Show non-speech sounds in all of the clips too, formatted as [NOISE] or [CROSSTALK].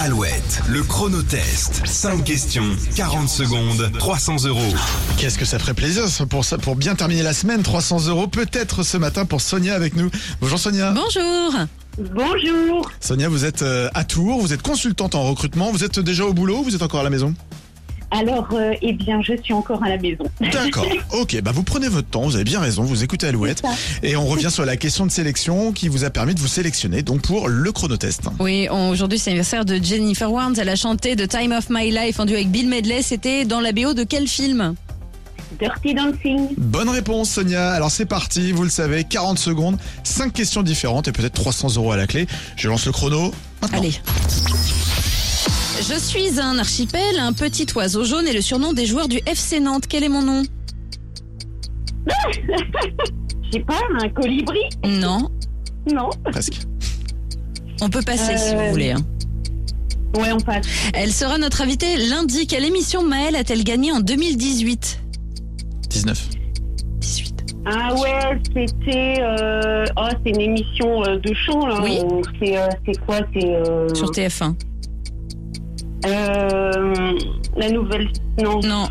Alouette, le chronotest. 5 questions, 40 secondes, 300 euros. Qu'est-ce que ça ferait plaisir ça, pour, ça, pour bien terminer la semaine 300 euros peut-être ce matin pour Sonia avec nous. Bonjour Sonia. Bonjour. Bonjour. Sonia, vous êtes euh, à Tours, vous êtes consultante en recrutement, vous êtes déjà au boulot ou vous êtes encore à la maison Alors, euh, eh bien, je suis encore à la maison. D'accord. ok, bah vous prenez votre temps, vous avez bien raison, vous écoutez Alouette. Et on revient sur la question de sélection qui vous a permis de vous sélectionner donc pour le chronotest. Oui, on- aujourd'hui c'est l'anniversaire de Jennifer Warnes. Elle a chanté The Time of My Life en duo avec Bill Medley. C'était dans la BO de quel film Dirty Dancing. Bonne réponse Sonia, alors c'est parti, vous le savez, 40 secondes, 5 questions différentes et peut-être 300 euros à la clé. Je lance le chrono. maintenant. Allez. Je suis un archipel, un petit oiseau jaune et le surnom des joueurs du FC Nantes. Quel est mon nom Je sais pas, un colibri Non, Non. Presque. on peut passer si vous Euh. voulez. hein. Ouais, on passe. Elle sera notre invitée lundi. Quelle émission Maëlle a-t-elle gagné en 2018 19. 18. Ah ouais, c'était. Euh... Oh, c'est une émission euh, de chant, là. Oui. Euh, C'est euh, c'est quoi C'est. Euh... Sur TF1. euh, La nouvelle. Non, Non,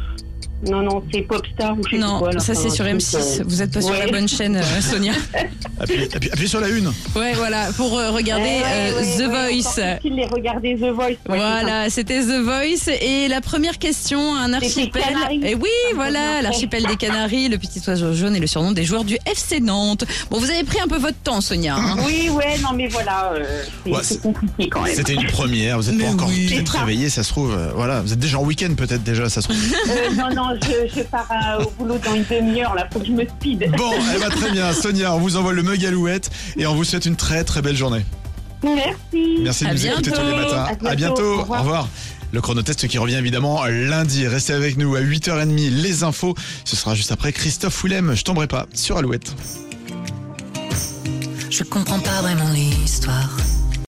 non, non, c'est Popstar ou je sais non, quoi. là. ça c'est Enfin, sur un truc, M6. euh, Vous êtes pas sur ouais. la bonne chaîne, euh, [LAUGHS] Sonia. Appuyez, appuyez- appuyez sur la une. Ouais, voilà, pour euh, Eh ouais, regarder euh, ouais, The ouais, Voice. encore faut-il les regarder The Voice. ouais, c'est ça. Voilà, c'était The Voice et la première question, un archipel. Canaries. Et oui, voilà, bien l'archipel des Canaries, le petit oiseau jaune et le surnom des joueurs du FC Nantes. Bon, vous avez pris un peu votre temps, Sonia. hein. Oui, ouais, non, mais voilà. euh, c'est Ouais, c'est c'est- compliqué quand même. C'était une première, vous êtes Mais pas encore oui. peut-être réveillé, ça se trouve. euh, voilà, vous êtes déjà en week-end peut-être déjà, ça se trouve. Euh, non, non, je, je pars euh, au boulot dans une demi-heure, là, faut que je me speed. Bon, elle va très bien. Sonia, on vous envoie le mug Alouette et on vous souhaite une très très belle journée. Merci. Merci de À nous bientôt. écouter tous les matins. À bientôt. À bientôt. Au Au revoir. revoir. Le chronotest qui revient évidemment lundi. Restez avec nous à 8h30. Les infos, ce sera juste après Christophe Willem. Je tomberai pas sur Alouette. Je comprends pas vraiment l'histoire.